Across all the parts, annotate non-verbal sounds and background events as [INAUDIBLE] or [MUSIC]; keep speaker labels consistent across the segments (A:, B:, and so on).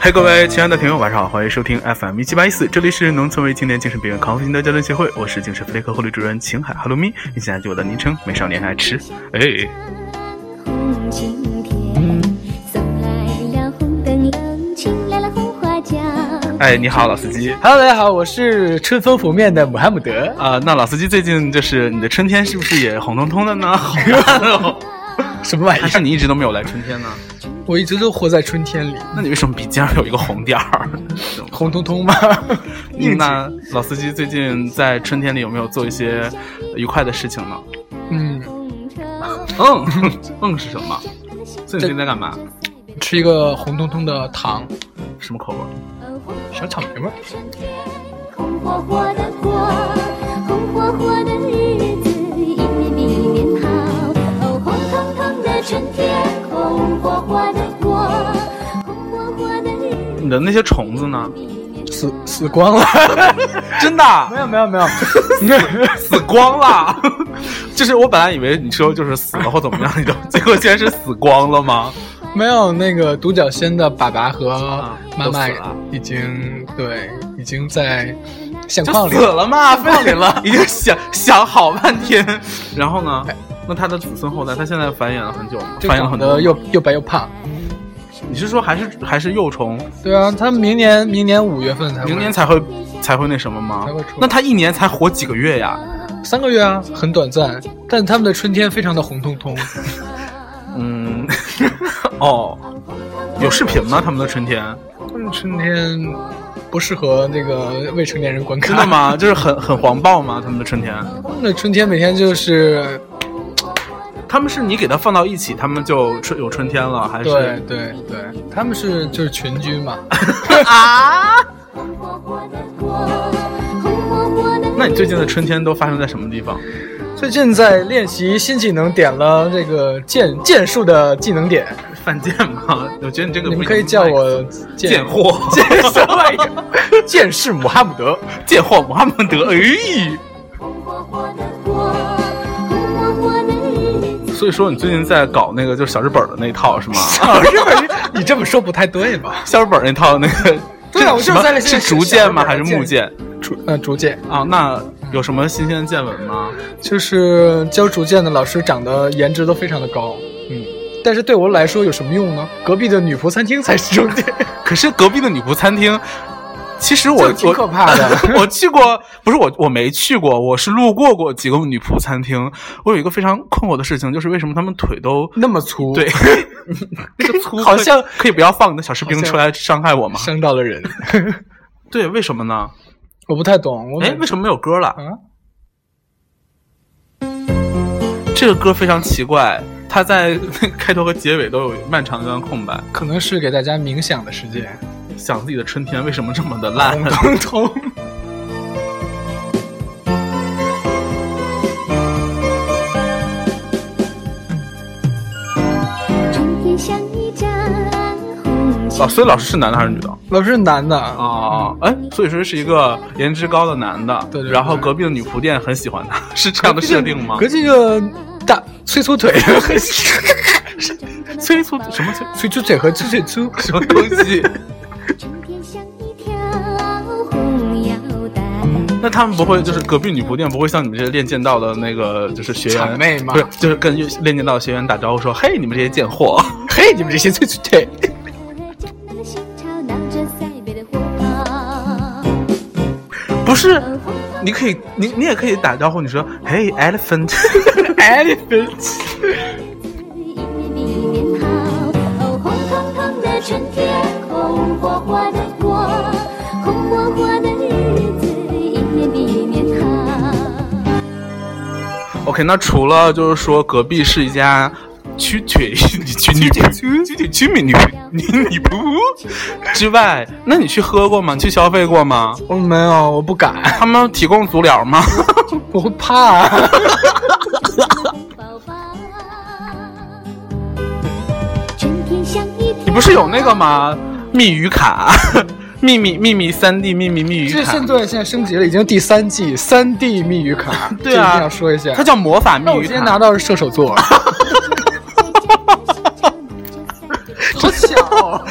A: 嗨，各位亲爱的听友，晚上好，欢迎收听 FM 一七八一四，这里是农村为青年精神病院康复心得交流协会，我是精神分裂科护理主任秦海，哈喽咪，你现在就我的昵称美少年爱吃，哎。
B: 红晴天，送来了红灯笼，请来了红花轿。
A: 哎，你好，老司机。
C: Hello，大家好，我是春风拂面的姆哈姆德。
A: 啊、那老司机最近就是你的春天是不是也红彤彤的呢？好烂 [LAUGHS] 哦！
C: 什么玩意
A: 还
C: 儿？
A: 是你一直都没有来春天呢？
C: 我一直都活在春天里，
A: 那你为什么鼻尖上有一个红点 [LAUGHS] 儿？
C: 红彤彤吗？ [LAUGHS]
A: 那老司机最近在春天里有没有做一些愉快的事情呢？
C: 嗯，
B: 红绸
A: 嗯 [LAUGHS] 嗯是什么？最近在干嘛？
C: 吃一个红彤彤的糖，
A: 什么口味？
C: 小草莓吗？
B: 红火火的过，红火火的日子一年比一年好。哦，红彤彤的春天，红火火的过，红火火的日子
A: 你的那些虫子呢？
B: 比一年
C: 死死光了？
A: 真的啊
C: 没有没有没有，
A: [LAUGHS] 死光了， [LAUGHS] 就是我本来以为你说就是 [LAUGHS] 死了或怎么样，你知道，结果竟然是死光了吗？
C: [LAUGHS] 没有那个独角仙的爸爸和
A: 啊
C: 妈
A: 都
C: 妈
A: 死了
C: 已经对已经在相
A: 就
C: 框里
A: 死了嘛，放里了， [LAUGHS] 已经想想好半天。然后呢，那他的子孙后代，他现在繁衍了很久吗？
C: 就
A: 繁衍了
C: 长
A: 很多
C: 得。又又白又胖。
A: 你是说还是还是幼虫，
C: 对啊，他明年明年五月份才会
A: 明年才会才会那什么吗
C: 才会出？
A: 那他一年才活几个月呀？
C: 三个月啊，很短暂，但他们的春天非常的红彤彤。
A: 嗯， [LAUGHS] 哦，有视频吗？他们的春天
C: 他们嗯春天不适合那个未成年人观看。
A: 真
C: [LAUGHS]
A: 的？吗？就是很很黄暴吗？他们的春天，
C: 他们的春天每天就是
A: 他们是你给他放到一起，他们就春有春天了，还是
C: 对对对，他们是就是群居嘛。
A: 啊？
B: 红火火的过，红火火的。
A: 那你最近的春天都发生在什么地方？
C: 最近在练习新技能，点了这个剑剑术的技能点，
A: 犯贱吗？我觉得你这个
C: 你
A: 不
C: 们
A: 行
C: 可以叫我
A: [LAUGHS] 贱货，
C: 剑什么玩意 [LAUGHS] 儿？剑士姆哈姆德。
A: 贱货穆罕默德。哎，
B: 红火火的过，红火火的日子。
A: 所以说你最近在搞那个就是小日本的那一套
C: [LAUGHS]
A: 是吗？
C: 小日本人，哦你这么说不太对吧？
A: 小日本那套那个，
C: 对啊我就是
A: 什么
C: 在那
A: 是
C: 些
A: 竹剑吗？
C: 小
A: 还
C: 日
A: 是
C: 本的
A: 木剑
C: 竹呃竹剑
A: 啊？那有什么新鲜的见闻吗？
C: 就是教逐渐的老师长得颜值都非常的高，嗯，但是对我来说有什么用呢？隔壁的女仆餐厅才是重点， [LAUGHS]
A: 可是隔壁的女仆餐厅，其实我
C: 这挺可怕的。
A: [LAUGHS] 我我去过，不是我我没去过，我是路过过几个女仆餐厅。我有一个非常困惑的事情，就是为什么他们腿都
C: 那么粗， [LAUGHS]
A: 对，那个粗
C: 好
A: 可以
C: 像
A: 可以不要放你的小士兵
C: 好像
A: 出来伤害我吗？
C: 伤到了人，
A: 对，为什么呢？
C: 我不太懂。我
A: 哎，为什么没有歌了？
C: 啊？
A: 这个歌非常奇怪，它在 [LAUGHS] 开头和结尾都有漫长的一段空白，
C: 可能是给大家冥想的时间。
A: 想自己的春天为什么这么的烂
C: 红？彤彤，
B: 春天像一张红
A: [LAUGHS] 啊，所以老师是男的还是女的？
C: 老师是男的啊，
A: 啊，哎，所以说是一个颜值高的男的，
C: 对对对
A: 然后隔壁的女仆店很喜欢他，是这样的设定吗？
C: 可这个大催粗腿， [LAUGHS]
A: 催促什么催
C: 催粗腿和催催粗，
A: 什么东西？
B: 春天像一条红腰带，
A: 那他们不会就是隔壁女仆店不会像你们这些练剑道的那个就是学员
C: 谄媚吗
A: 不是，就是跟练剑道的学员打招呼说：“嘿，你们这些贱货，
C: 嘿，你们这些催粗腿，
B: 站那个新潮闹着塞北的火炮。
A: 不是？你可以，你你也可以打招呼，你说：嘿，elephant，
C: [LAUGHS]
A: [LAUGHS]
C: elephant，
B: 一年比一年好，哦，红彤彤的春天，红火火的过，红火火的日子一年比一年好。
A: OK，那除了就是说隔壁是一家曲 [LAUGHS] 腿曲曲曲曲曲曲米女女女仆之外，那你去喝过吗？你去消费过吗？
C: 我没有，我不敢，
A: 他们提供足疗吗？ [LAUGHS]
C: 我会怕、
B: 宝宝，春天像一
A: 你不是有那个 [LAUGHS] 吗？密语卡，秘密秘密三 D 秘密密语
C: 这
A: 卡
C: 现，在现在升级了，已经第三季三 D 密语卡，
A: 对
C: 这
A: 啊
C: 一定要说一下。
A: 它叫魔法密
C: 那我
A: 语
C: 今天
A: 卡哦
C: 拿。到的是射手座，好巧、哦。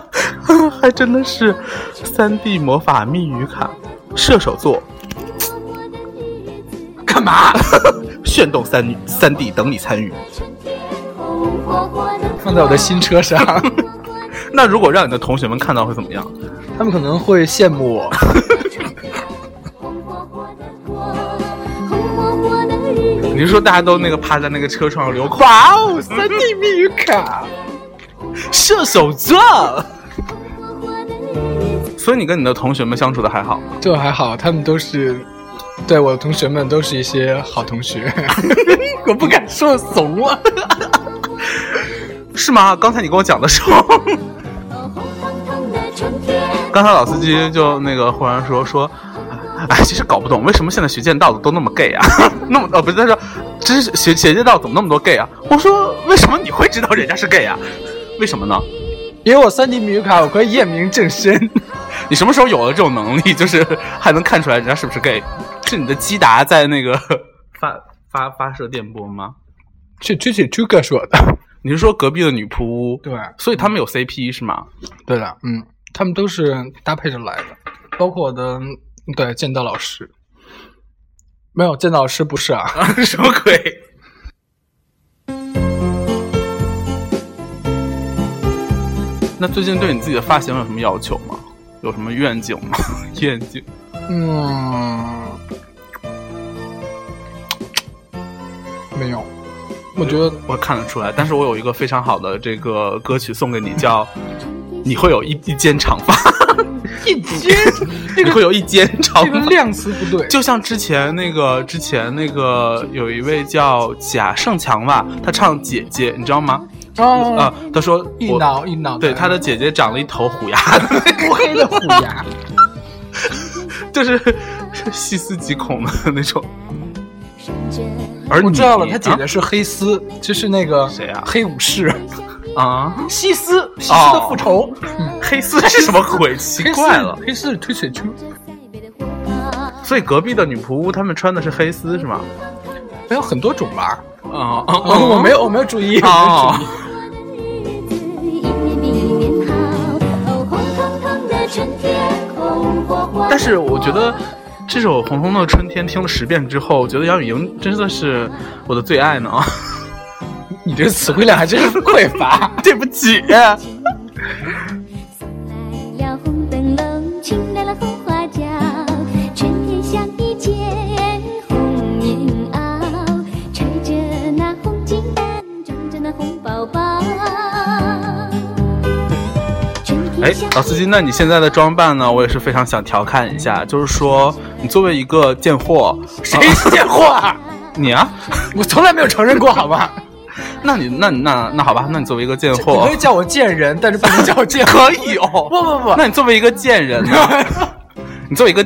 A: [LAUGHS] 还真的是三 D 魔法密语卡，射手座，干嘛？ [LAUGHS] 炫动三女三 D 等你参与。
C: 放在我的新车
A: [LAUGHS]
C: 上，
A: 那如果让你的同学们看到会怎么样？
C: 他们可能会羡慕我。
B: 红火火的火，红火火的日子，
A: 你是说大家都那个趴在那个车窗上流？哇哦， [LAUGHS] 三 D 密语卡，射手座。
B: 火火的日子，
A: 所以你跟你的同学们相处的还好吗？
C: 这还好，他们都是，对我的同学们都是一些好
A: [LAUGHS]
C: 同学。
A: 我不敢啊说怂了， [LAUGHS] 是吗？刚才你跟我讲的时候， [LAUGHS]
B: 哦，红彤彤的春天。
A: 刚才老司机就那个忽然说说，哎，其实搞不懂为什么现在学剑道的都那么 gay 啊， [LAUGHS] 那么哦不是，他说，真是学学剑道怎么那么多 gay 啊？我说为什么你会知道人家是 gay 啊？为什么呢？
C: 因为我三 D 谜语卡，我可以夜明正身。
A: 你什么时候有了这种能力，就是还能看出来人家是不是 gay？是你的基达在那个发发发射电波吗？
C: 是 t c h u g a 说的，
A: 你是说隔壁的女仆屋？
C: 对
A: 所以他们有 CP 是 [LAUGHS] 吗？
C: 对的，嗯，他们都是搭配着来的，包括我的嗯对剑道老师，没有剑道老师不是啊，
A: 什么鬼？那最近对你自己的发型有什么要求吗？有什么愿景吗？ [LAUGHS] 愿景？
C: 嗯，没有，我觉得
A: 我看得出来，但是我有一个非常好的这个歌曲送给你，叫《你会有一一间长发》，
C: 一间
A: 你会有一间长
C: 这个
A: 发。
C: 量词不对，
A: 就像之前那个，之前那个有一位叫贾盛强吧，他唱《姐姐》，你知道吗？
C: 哦
A: 啊、他说
C: 一
A: 我
C: 脑一脑
A: 对，他的姐姐长了一头虎牙， [LAUGHS]
C: 乌黑的虎牙，
A: 就是是细思极恐的那种。而
C: 我
A: 你啊
C: 知道了，他姐姐是黑丝，就是那个
A: 谁啊
C: 黑武士，
A: 啊，
C: 西斯，西斯的复仇，嗯，
A: 黑丝是什么鬼？哦奇
C: 黑丝
A: 怪了。
C: 黑丝是推雪球，
A: 所以隔壁的女仆屋，她们穿的是黑丝是吗？
C: 没有很多种吧？
A: 啊、
C: 哦，我没有，我没有注意，我没有 [LAUGHS]
A: 哦
C: 注意。，
B: 哦
A: 但是我觉得这首《红红的春天》听了十遍之后，我觉得杨钰莹真的是我的最爱呢。
C: [LAUGHS]
A: [LAUGHS]
C: 你这词汇量还真是匮乏。
A: 对不起，
C: 啊
B: 来了红灯笼，请来了红花轿，春天像一件红棉袄，揣着那红金蛋，装着那红包包。春
A: 哎
B: 天像，
A: 老司机，那你现在的装扮呢？我也是非常想调侃一下，就是说你作为一个贱货， [LAUGHS] 啊
C: 谁贱货？
A: 你啊，
C: 我从来没有承认过，好吗？
A: 那你那你那那好吧，那你作为一个贱
C: 你
A: 货
C: 可以，叫我贱人，但是不能叫
A: [LAUGHS]
C: 我贱货。
A: 可以哦，
C: 不不不，
A: 那你作为一个贱人呢？你作为一个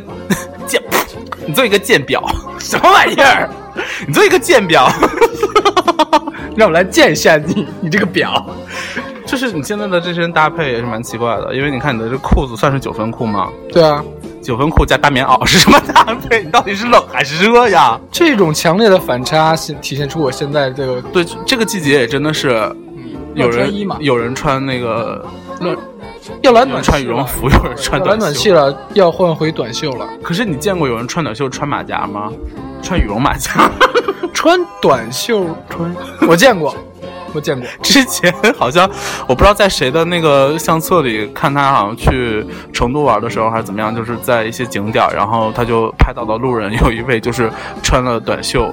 A: 贱， [LAUGHS] 你作为一个贱婊， [LAUGHS] 什么玩意儿？你作为一个贱婊， [LAUGHS]
C: 让我来见一下你，你这
A: [LAUGHS]
C: 个婊。
A: 就是你现在的这身搭配也是蛮奇怪的，因为你看你的这裤子算是九分裤吗？
C: 对啊，
A: 九分裤加大棉袄是什么搭配？你到底是冷还是热呀？
C: 这种强烈的反差是体现出我现在这个
A: 对，这个季节也真的是，有
C: 要
A: 人
C: 穿衣嘛
A: 有人穿那个，
C: 乱，要来
A: 有人
C: 暖
A: 穿羽
C: 气了
A: 绒服，有人穿
C: 要来暖
A: 短
C: 气
A: 袖。
C: 了，要换回短袖了。
A: 可是你见过有人穿短袖穿马甲吗？穿羽绒马甲？
C: 穿短袖， [LAUGHS]
A: 穿
C: 我见过，我见过。
A: [LAUGHS] 之前好像我不知道在谁的那个相册里看他好像去成都玩的时候还是怎么样，就是在一些景点儿，然后他就拍到的路人有一位就是穿了短袖。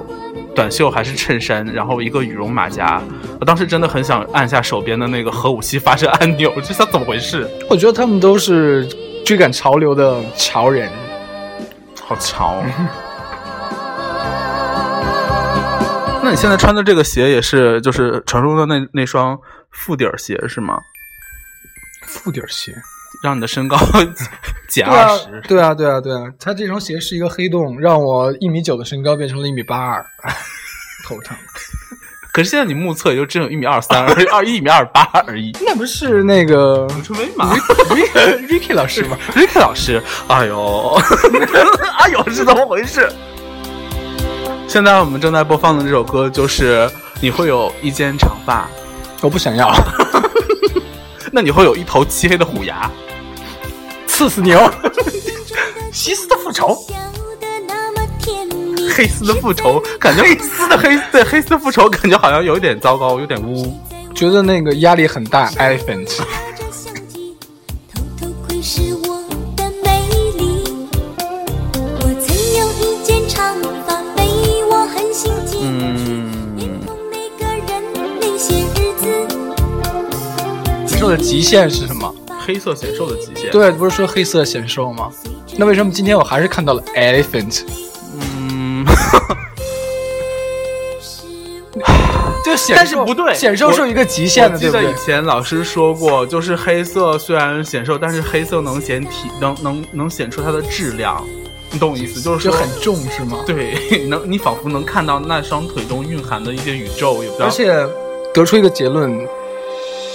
A: 短袖还是衬衫，然后一个羽绒马甲，我当时真的很想按下手边的那个核武器发射按钮，这想怎么回事？
C: 我觉得他们都是追赶潮流的潮人。
A: 好潮、哦 [LAUGHS] 那你现在穿的这个鞋也是就是传说中的那那双腹底儿鞋是吗？
C: 富底儿鞋，
A: 让你的身高 [LAUGHS] 减
C: 对啊
A: 二十、，
C: 对啊，对啊，对啊，他这双鞋是一个黑洞，让我一米九的身高变成了一米八二， [LAUGHS] 头疼。
A: 可是现在你目测也就只有一米二三， [LAUGHS] 二一米二八而已。
C: 那不是那个
A: 春威吗
C: Ricky Ricky 老师吗？ [LAUGHS]
A: ？Ricky 老师，哎呦， [LAUGHS] 哎呦，是怎么回事？现在我们正在播放的这首歌就是《你会有一间长发
C: 我不想要，》，
A: 那你会有一头漆黑的虎牙，
C: 刺死哦牛， [LAUGHS] 西斯的复仇，
A: [LAUGHS] 黑丝的复仇，感觉黑丝的黑对黑丝的复仇，感觉好像有点糟糕，有点污。
C: 觉得那个压力很大。Elephant，说的极限是什么？
A: 黑色显瘦的极限，，
C: 对，不是说黑色显瘦吗？那为什么
A: [LAUGHS]
C: 今天我还是看到了 elephant？ [LAUGHS]
A: 嗯，
C: 就显瘦
A: 但是不对
C: 显瘦是有一个极限
A: 我
C: 的，
A: 记
C: 对不
A: 得
C: 对
A: 以？前老师说过，就是黑色虽然显瘦，但是黑色能显体，能能能显出它的质量，你懂我意思？就是
C: 就
A: 说
C: 很重是吗？
A: [LAUGHS] 对， [LAUGHS] 能你仿佛能看到那双腿中蕴含的一些宇宙，也不知道。
C: 而且得出一个结论，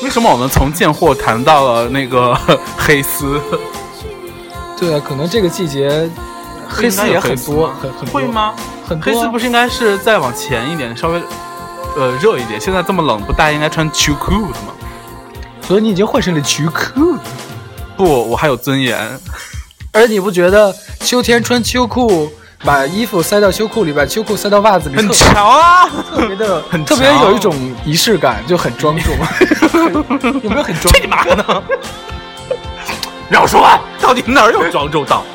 A: 为什么我们从贱货谈到了那个 [LAUGHS] 黑丝？
C: 对啊，可能这个季节黑丝也很多，很很多
A: 会？吗？
C: 很多啊
A: 黑丝不
C: 是
A: 是应该是再往前一点，稍微呃热一点？现在这么冷，不大应该穿秋裤的吗？
C: 所以你已经换成了菊裤，
A: 不，我还有尊严。
C: 而你不觉得秋天穿秋裤，把衣服塞到秋裤里，把秋裤塞到袜子里，
A: 很
C: 特
A: 潮啊！
C: 特别的，
A: 很
C: 特别
A: 潮
C: 有一种仪式感，就很庄重， [LAUGHS] 有没有很
A: [LAUGHS]
C: 庄 [LAUGHS]
A: 这你妈的呢！让我说完，到底哪儿有庄周到？ [LAUGHS]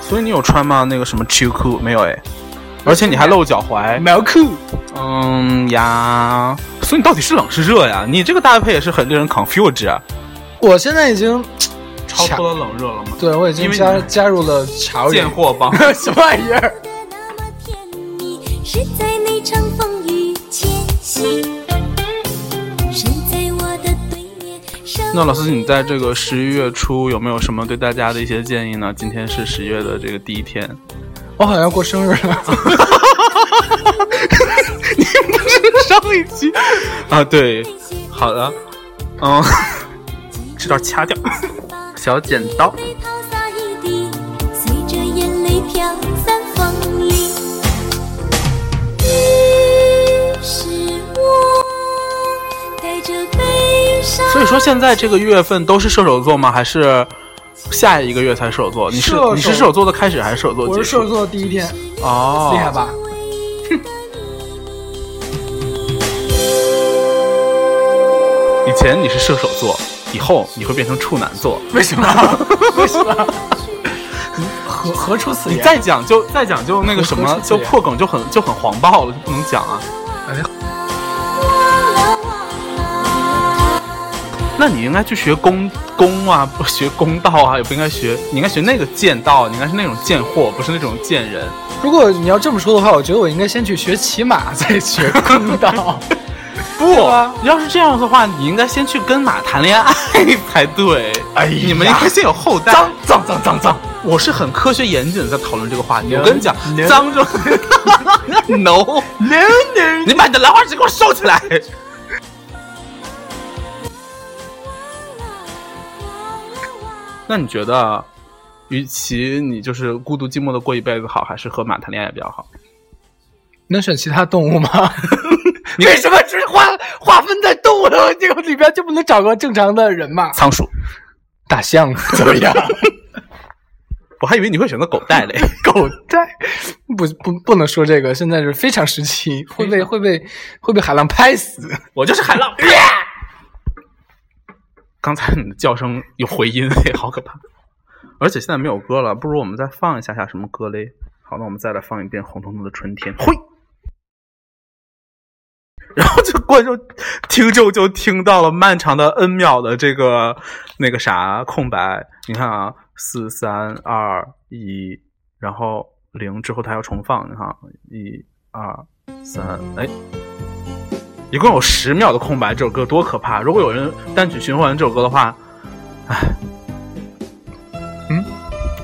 A: 所以你有穿吗？那个什么秋裤没有哎，而且你还露脚踝
C: 重？。毛裤，
A: 嗯呀，所以你到底是冷是热呀？你这个搭配也是很令人 confused 啊！
C: 我现在已经
A: 超
C: 卡
A: 脱了冷热了吗？
C: 对我已
A: 因
C: 经
A: 为
C: 加
A: 你
C: 加入了潮人
A: 贱，货帮 [LAUGHS]
C: [LAUGHS] 什么玩意儿？
B: 是在那场风雨前夕，谁在我的对面？
A: 那老师，你在这个十一月初有没有什么对大家的一些建议呢？今天是十月的这个第一
C: [LAUGHS]
A: 天，
C: 我好像过生日了，
A: 上一期 [LAUGHS] 啊，对，
C: [LAUGHS]
A: 好的，嗯，这段掐掉， [LAUGHS] 小剪刀，
B: 被抛洒一地，随着眼泪飘散风里。于是我带着悲伤，
A: 所以说现在这个月份都是射手座吗？还是下一个月才射手座？你是
C: 射手
A: 你是射手座的开始还是射手座
C: 我
A: 结
C: 是射手
A: 束？
C: 座的第一天，
A: 哦，
C: 厉害？吧？
A: 以前你是射手座，以后你会变成处男座。
C: 为什么？为什么？何何出此
A: 你
C: 言？
A: 再讲就再讲就那个什么
C: 我，
A: 就
C: [LAUGHS] 说是这样
A: 破梗就很就很黄暴了，就不能讲啊。
C: 哎呀
A: 那你应该去学公公啊，不学公道啊，也不应该学，你应该学那个剑道，你应该是那种贱货，不是那种贱人。
C: 如果你要这么说的话，我觉得我应该先去学骑马，再学弓 [LAUGHS] 道。
A: 不
C: 对吧，
A: 要是这样的话，你应该先去跟马谈恋爱才对。
C: 哎呀
A: 你们应该先有后代。
C: 脏脏脏脏！
A: 我是很科学严谨的在讨论这个话题。
C: 娘
A: 我跟你讲，
C: 娘
A: 脏中 [LAUGHS] no no no，你把你的兰花指给我收起来。那你觉得，与其你就是孤独寂寞的过一辈子好，还是和马谈恋爱比较好？
C: 能选其他动物吗？你 [LAUGHS] 为什么只划划分在动 [LAUGHS] 物的这个里边，就不能找个正常的人嘛？
A: 仓鼠，
C: 大象怎么样？
A: [LAUGHS] 我还以为你会选择狗带嘞。
C: 狗带 [LAUGHS] 不不不能说这个，现在是非常时期，会被会被会被海浪拍死。
A: 我就是海浪。刚才你的叫声有回音， [LAUGHS] 哎，好可怕！而且现在没有歌了，不如我们再放一下下什么歌嘞？好，那我们再来放一遍《红彤彤的春天》。嘿， [LAUGHS] 然后这观众听众就听到了漫长的 N 秒的这个那个啥空白。你看啊，四三二一，然后零之后它要重放，你看啊一二三，哎，一共有十秒的空白，这首歌多可怕！如果有人单曲循环这首歌的 [LAUGHS] 话，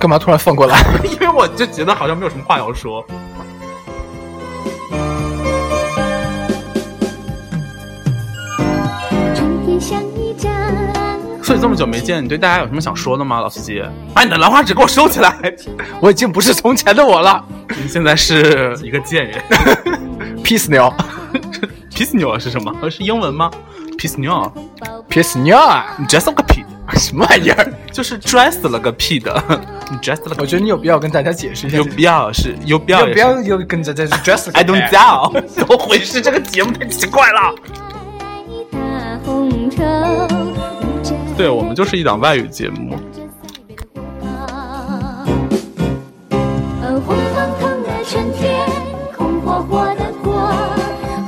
C: 干嘛突然放过来？ [LAUGHS]
A: 因为我就觉得好像没有什么话要说。
B: 春天像一张
A: 所以这么久没见，你对大家有什么想说的吗，老司机？把你的兰花指给我收起来！
C: 我已经不是从前的我了。
A: [LAUGHS] 你现在是一个贱人，
C: Peace 鸟，
A: 皮斯鸟是什么？呃是英文吗？皮斯鸟，
C: 撇屎尿啊！
A: 你 dress 了个屁，
C: 什么玩意儿？
A: 就是 dress 了个屁的，你 dress 了个屁。
C: 我觉得你有必要跟大家解释一下
A: 有
C: 这个，
A: 必要是有必要
C: 有
A: 也
C: 必
A: 是
C: 要又跟大家去 dress
A: I don't
C: 个
A: doubt，怎么回事？这个节目太奇怪了。
B: 大红绸，舞着
A: 对我们就是一档外语节目，
B: 着塞北的火炮。呃，红彤彤的春天，红火火的过，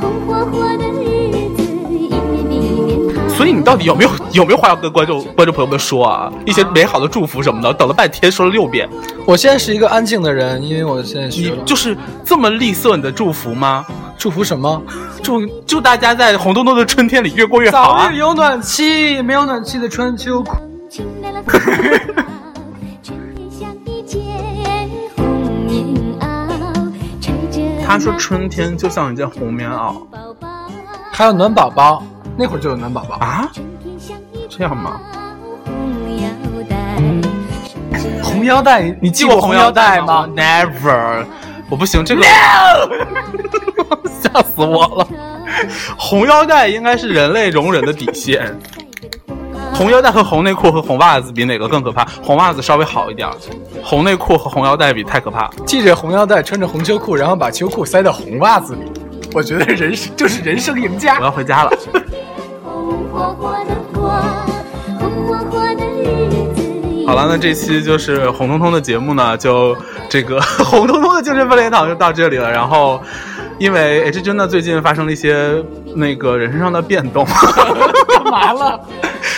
B: 红火火的日子一年比一年
A: [LAUGHS]
B: 好。
A: 所以你到底有没有有没有话要跟观众观众朋友们说啊？一些美好的祝福什么的，等了半天说了六遍，
C: 我现在是一个安静的人，因为我现在学
A: 你
C: 了。
A: 就是这么吝啬你的祝福吗？
C: 祝福什么？
A: 祝祝大家在红彤彤的春天里越过越好
C: 早
A: 啊
C: 日！有暖气，没有暖气的春秋苦。
B: 请来了凤凰，春天像一件红棉袄，揣着
A: 他说春天就像一件红棉袄
B: 宝宝。
C: 还有暖宝宝，那会儿就有暖宝宝。
A: 啊，
B: 春天像一
A: 这样 [LAUGHS] 吗？
B: 红腰带，拴着
C: 红腰带，你系过红腰带吗？
A: ？Never，我不行，这个 [LAUGHS] 吓死我 [LAUGHS] 了。红腰带应该是人类容忍的底
C: [LAUGHS]
A: 线。红腰带和红内裤和红袜子比哪个更可怕？红袜子稍微好一点儿，红内裤和红腰带比太可怕。
C: 系着红腰带，穿着红秋裤，然后把秋裤塞到红袜子里。我觉得人生就是人生赢
A: 我
C: 家。
A: 要回家了。
B: 红火火的过，红火火的日子。
A: 好了，那这期就是红彤彤的节目呢，就这个 [LAUGHS] 红彤彤的精神分裂堂就到这里了。然后，因为 H 君呢最近发生了一些那个人生上的变动， [LAUGHS]
C: 干嘛了？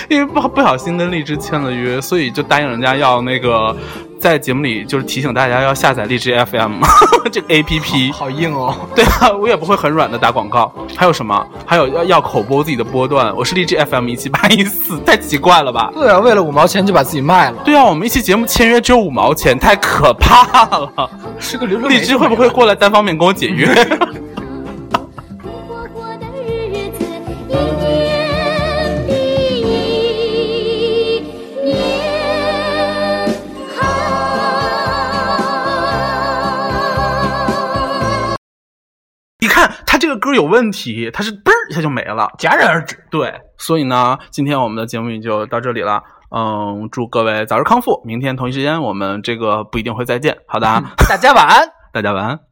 A: 因为不好不小心跟荔枝签了约，所以就答应人家要那个在节目里就是提醒大家要下载荔枝 FM [LAUGHS] 这个 APP。
C: 好硬哦！
A: 对啊，我也不会很软的打广告。还有什么？还有要要口播自己的波段，我是荔枝 FM 一七八一四，太奇怪了吧？
C: 对啊，为了五毛钱就把自己卖了，
A: 对啊，我们一期节目签约只有五毛钱，太可怕了。
C: [LAUGHS] 是个刘
A: 荔枝会不会过来单方面跟我解约？
B: 红火火的日子，一年比一年好。
A: [LAUGHS] 你看他这个歌有问题，他是嘣儿一下就没了。
C: 戛然而止？
A: 对，所以呢，今天我们的节目也就到这里了。嗯，祝各位早日康复。明天同一时间，我们这个不一定会再见。好的啊，
C: 大家晚安。
A: 大家晚安。